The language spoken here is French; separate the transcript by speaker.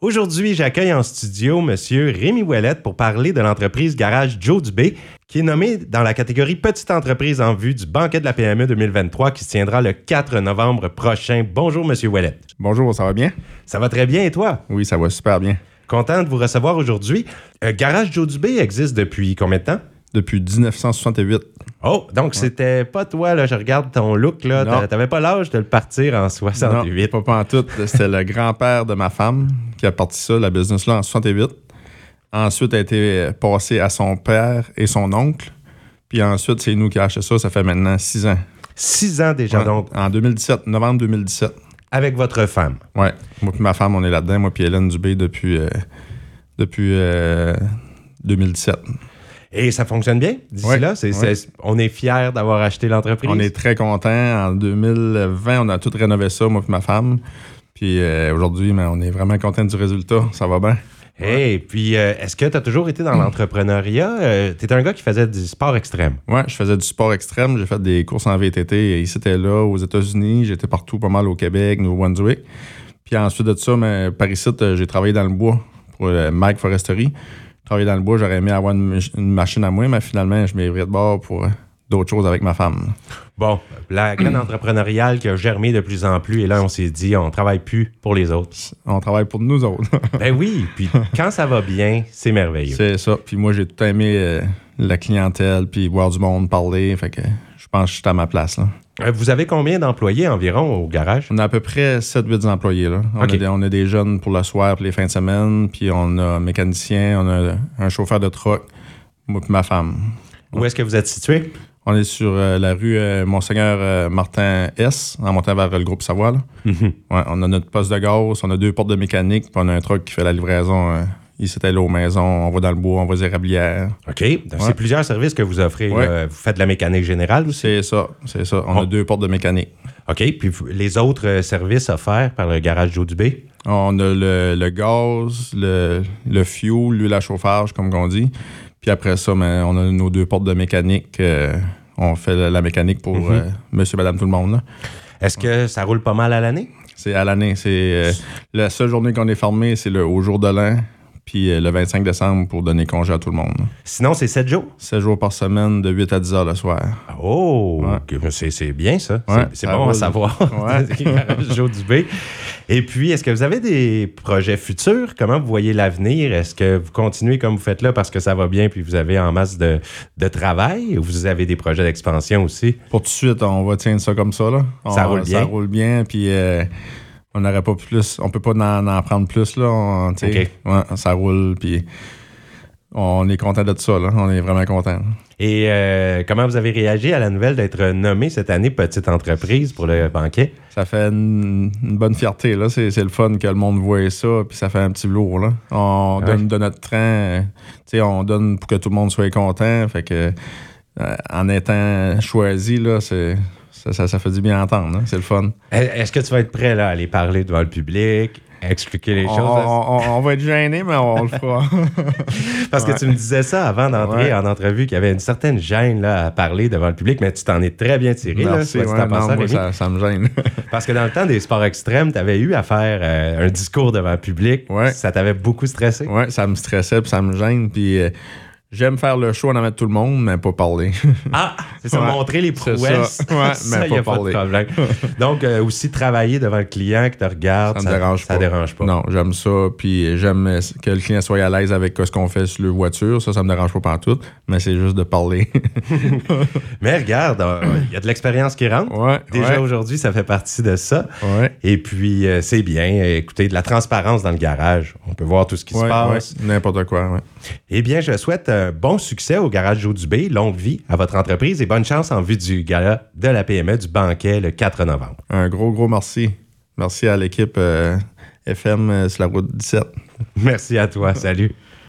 Speaker 1: Aujourd'hui, j'accueille en studio Monsieur Rémi Ouellet pour parler de l'entreprise Garage Joe Dubé, qui est nommée dans la catégorie Petite entreprise en vue du banquet de la E PME 2023 qui se tiendra le 4 novembre prochain. Bonjour, Monsieur Ouellet.
Speaker 2: Bonjour, ça va bien?
Speaker 1: Ça va très bien et toi?
Speaker 2: Oui, ça va super bien.
Speaker 1: Content de vous recevoir aujourd'hui. Euh, Garage Joe Dubé existe depuis combien de temps?
Speaker 2: Depuis 1968.
Speaker 1: Oh, donc c'était pas toi, là, je regarde ton look, là.
Speaker 2: Non.
Speaker 1: t'a- T'avais pas l'âge de le partir en
Speaker 2: Non,
Speaker 1: 68.
Speaker 2: pas pantoute. C'était le grand-père de ma femme qui a parti ça, la business-là, en 68. Ensuite, elle a été passée à son père et son oncle. Puis ensuite, c'est nous qui avons acheté ça. Ça fait maintenant six ans.
Speaker 1: Six ans déjà,
Speaker 2: Ouais,
Speaker 1: donc,
Speaker 2: En 2017, novembre 2017.
Speaker 1: avec votre femme.
Speaker 2: Ouais. Moi puis ma femme, on est là-dedans. Moi puis Hélène Dubé depuis, euh, depuis euh, 2017.
Speaker 1: Et ça fonctionne bien d'ici
Speaker 2: Ouais,
Speaker 1: là. C'est-
Speaker 2: ouais.
Speaker 1: c'est- on est fiers d'avoir acheté l'entreprise.
Speaker 2: On est très contents. En 2020, on a tout rénové ça, moi et ma femme. Puis euh, aujourd'hui, ben, on est vraiment contents du résultat. Ça va bien.
Speaker 1: Hey, puis euh, est-ce que tu as toujours été dans l'entrepreneuriat? tu es un gars qui faisait du sport extrême.
Speaker 2: Ouais, je faisais du sport extrême. J'ai fait des courses en VTT. Ici, c'était là, aux États-Unis. J'étais partout, pas mal au Québec, Nouveau-Brunswick. Puis ensuite de ça, ben, par ici, euh, j'ai travaillé dans le bois pour euh, Mike Forestery. Travailler dans le bois, j'aurais aimé avoir une, mach- une machine à moi, mais finalement, je m'ai viré de bord pour euh, d'autres choses avec ma femme.
Speaker 1: Bon, la graine entrepreneuriale qui a germé de plus en plus, et là, on s'est dit, on travaille plus pour les autres.
Speaker 2: On travaille pour nous autres.
Speaker 1: ben oui, puis quand ça va bien, c'est merveilleux.
Speaker 2: C'est ça. Puis moi, j'ai tout aimé euh, la clientèle, puis voir du monde, parler. Fait que je pense que je suis à ma place. Là.
Speaker 1: Euh, Vous avez combien d'employés environ au garage?
Speaker 2: On a à peu près 7-8 employés. Là. On,
Speaker 1: OK.
Speaker 2: a des, on a des jeunes pour le soir, pour les fins de semaine, puis on a un mécanicien, on a un chauffeur de truck, moi puis ma femme.
Speaker 1: Où est-ce que vous êtes situé?
Speaker 2: On est sur euh, la rue euh, Monseigneur euh, Martin S, en montant vers euh, le groupe Savoie. là.
Speaker 1: Mhm.
Speaker 2: Ouais, on a notre poste de gaz, on a deux portes de mécanique, puis on a un truck qui fait la livraison. euh, ici, c'était là aux maisons, on va dans le bois, on va aux érablières.
Speaker 1: OK. Donc, C'est plusieurs services que vous offrez.
Speaker 2: Ouais.
Speaker 1: là. Vous faites de la mécanique générale aussi?
Speaker 2: C'est ça, c'est ça. On
Speaker 1: Oh.
Speaker 2: a deux portes de mécanique.
Speaker 1: OK. Puis vous- les autres euh, services offerts par le garage Joe Dubé?
Speaker 2: On a le, le gaz, le, le fuel, l'huile à chauffage, comme on dit. Puis après ça, ben, on a nos deux portes de mécanique. euh, on fait la, la mécanique pour euh, monsieur, madame, tout le monde. là.
Speaker 1: Est-ce que ça roule pas mal à l'année?
Speaker 2: C'est à l'année. C'est euh, La seule journée qu'on est fermé, c'est le, au jour de l'an, puis euh, le 25 décembre pour donner congé à tout le monde. là.
Speaker 1: Sinon, c'est 7 jours.
Speaker 2: 7 jours par semaine, de 8 à 10 heures le soir.
Speaker 1: Oh,
Speaker 2: Ouais.
Speaker 1: que- c'est c'est bien ça.
Speaker 2: Ouais,
Speaker 1: C'est- c'est
Speaker 2: ça
Speaker 1: bon à
Speaker 2: roule.
Speaker 1: savoir.
Speaker 2: Ouais.
Speaker 1: Joe Dubé. Et puis, est-ce que vous avez des projets futurs? Comment vous voyez l'avenir? Est-ce que vous continuez comme vous faites là parce que ça va bien puis vous avez en masse de, de travail? Ou vous avez des projets d'expansion aussi?
Speaker 2: Pour tout de suite, on va tenir ça comme ça. Là. On-
Speaker 1: Ça roule bien.
Speaker 2: Ça roule bien, puis euh, on n'aurait pas plus. On peut pas en, en prendre plus. Là. On- tu sais, ouais, ça roule, puis on est content de ça. Là. On est vraiment content.
Speaker 1: Et euh, comment vous avez réagi à la nouvelle d'être nommé cette année petite entreprise pour le banquet?
Speaker 2: Ça fait une, une bonne fierté. là. C'est c'est le fun que le monde voit ça, puis ça fait un petit lourd. Là. On
Speaker 1: Ouais.
Speaker 2: donne de notre train. euh, tu sais, on donne pour que tout le monde soit content. Fait que, euh, en étant choisi, là, c'est- ça, ça, ça fait du bien à entendre. là. C'est le fun.
Speaker 1: Est- Est-ce que tu vas être prêt là, à aller parler devant le public, expliquer les
Speaker 2: On,
Speaker 1: choses?
Speaker 2: on- on- on va être gêné, mais on, on le fera.
Speaker 1: Parce que tu me disais ça avant d'entrer
Speaker 2: Ouais.
Speaker 1: en entrevue qu'il y avait une certaine gêne là, à parler devant le public, mais tu t'en es très bien tiré. là,
Speaker 2: Merci,
Speaker 1: soit dit
Speaker 2: ouais,
Speaker 1: en
Speaker 2: non,
Speaker 1: passant,
Speaker 2: moi,
Speaker 1: Rémi.
Speaker 2: ça, ça me gêne.
Speaker 1: Parce que dans le temps des sports extrêmes, tu avais eu à faire euh, un discours devant le public.
Speaker 2: Ouais.
Speaker 1: Ça t'avait beaucoup stressé.
Speaker 2: ouais, ça me stressait, puis ça me gêne. Puis euh, j'aime faire le show en avant de tout le monde, mais pas parler.
Speaker 1: Ah, c'est ça,
Speaker 2: Ouais.
Speaker 1: montrer les
Speaker 2: C'est ça.
Speaker 1: prouesses.
Speaker 2: Ouais, mais
Speaker 1: y a
Speaker 2: pas
Speaker 1: pas de problème. Donc, euh, aussi travailler devant le client qui te regarde,
Speaker 2: Ça me dérange
Speaker 1: ça
Speaker 2: pas.
Speaker 1: dérange pas.
Speaker 2: non, j'aime ça. Puis j'aime euh, que le client soit à l'aise avec ce qu'on fait sur le voiture. Ça, ça me dérange pas pantoute, mais c'est juste de parler.
Speaker 1: Mais regarde, euh, il y a de l'expérience qui rentre.
Speaker 2: ouais,
Speaker 1: Déjà
Speaker 2: ouais,
Speaker 1: aujourd'hui, ça fait partie de ça.
Speaker 2: ouais.
Speaker 1: Et puis, euh, c'est bien. Écoutez, de la transparence dans le garage. On peut voir tout ce qui se
Speaker 2: ouais,
Speaker 1: passe.
Speaker 2: ouais, N'importe quoi, ouais.
Speaker 1: Eh bien, je souhaite euh, bon succès au Garage Joe Dubé, longue vie à votre entreprise et bonne chance en vue du gala de la PME du banquet le 4 novembre.
Speaker 2: Un gros, gros merci. Merci à l'équipe euh, FM euh, sur la route 17.
Speaker 1: Merci à toi. Salut.